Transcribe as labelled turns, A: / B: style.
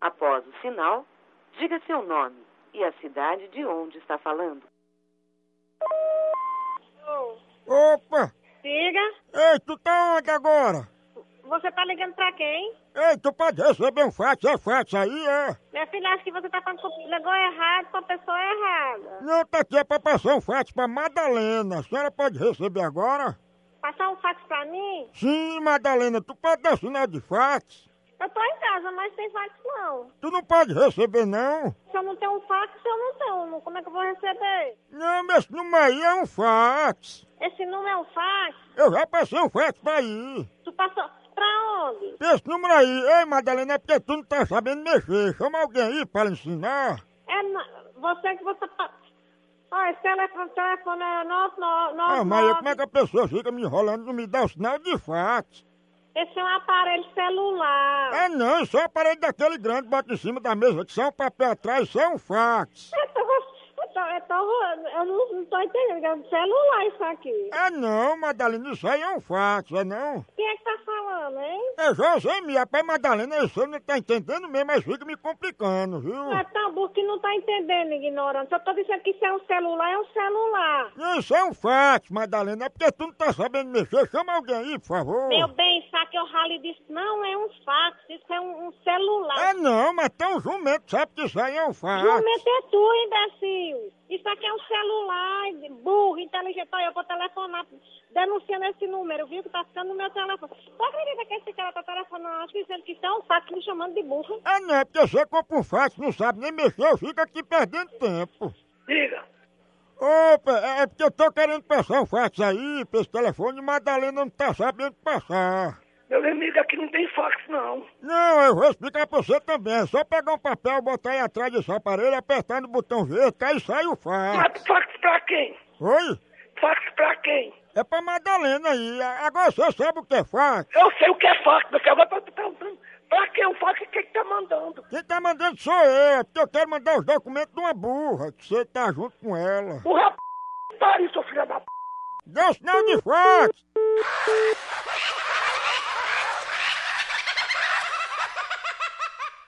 A: Após o sinal, diga seu nome e a cidade de onde está falando.
B: Ô,
C: Opa!
B: diga,
C: Ei, tu tá onde agora?
B: você tá ligando pra quem?
C: Ei, tu pode receber um fax, é fax aí, é?
B: Minha filha, acho que você tá falando que ligou errado pra pessoa é errada.
C: Não, tá aqui é pra passar um fax pra Madalena. A senhora pode receber agora?
B: Passar um fax pra mim?
C: Sim, Madalena, tu pode dar sinal de fax?
B: Eu tô em casa, mas tem fax não.
C: Tu não pode receber, não?
B: Se eu não tenho um fax, eu não tenho. Como é que eu vou receber?
C: Não, mas esse número aí é um fax.
B: Esse número é um fax?
C: Eu já passei um fax pra aí.
B: Tu passou pra onde?
C: Esse número aí, ei, Madalena, é porque tu não tá sabendo mexer. Chama alguém aí pra lhe ensinar.
B: É na- você que você... pa- Ó, esse telefone, telefone é nosso, no, nosso.
C: Ah, mas aí como é que a pessoa fica me enrolando e não me dá o sinal de fax?
B: Esse é um aparelho celular.
C: Ah não, só aparelho daquele grande, bota em cima da mesa, que só um papel atrás, só um fax.
B: Eu tô, eu tô, eu tô- eu não, não tô entendendo, é um celular isso aqui.
C: Ah não, Madalena, isso aí é um fax, é não?
B: Quem é que tá falando, hein?
C: É José, minha pai Madalena, isso eu não tá entendendo mesmo, mas fica me complicando,
B: Tu é
C: viu?
B: tão burro que não tá entendendo, ignorante. Eu tô dizendo que se é um celular, é um celular.
C: Isso é um fax, Madalena, é porque tu não tá sabendo mexer, chama alguém aí, por favor.
B: Meu bem, é só que eu ralo e disse, um não, é um fax, isso é um, um celular.
C: Ah não, mas tem um jumento, sabe que isso aí é um fax.
B: Jumento é tu, imbecil. Isso aqui é um celular, burro, inteligente. Olha, Eu vou telefonar denunciando esse número, viu? Que tá ficando no meu telefone. Tu acredita que esse cara tá telefonando dizendo que isso é um fax, me chamando de burro?
C: Ah não, é porque você compra um fax, não sabe nem mexer, fica aqui perdendo tempo.
D: Diga.
C: Opa, é porque eu tô querendo passar um fax aí pra esse telefone e Madalena não tá sabendo passar.
D: Meu amigo, aqui não tem fax, não.
C: Não, eu vou explicar pra você também. É só pegar um papel, botar aí atrás desse aparelho, apertar no botão verde, que aí sai o fax.
D: Mas fax pra quem?
C: Oi?
D: Fax pra quem?
C: É pra Madalena aí. A- Agora você sabe o que é fax?
D: Eu sei o que é fax, mas agora tá perguntando pra quem o fax e quem que tá mandando.
C: Quem tá mandando sou eu, é porque eu quero mandar os documentos de uma burra, que você tá junto com ela.
D: O rap pariu, seu filho da p.
C: Dá um sinal de fax!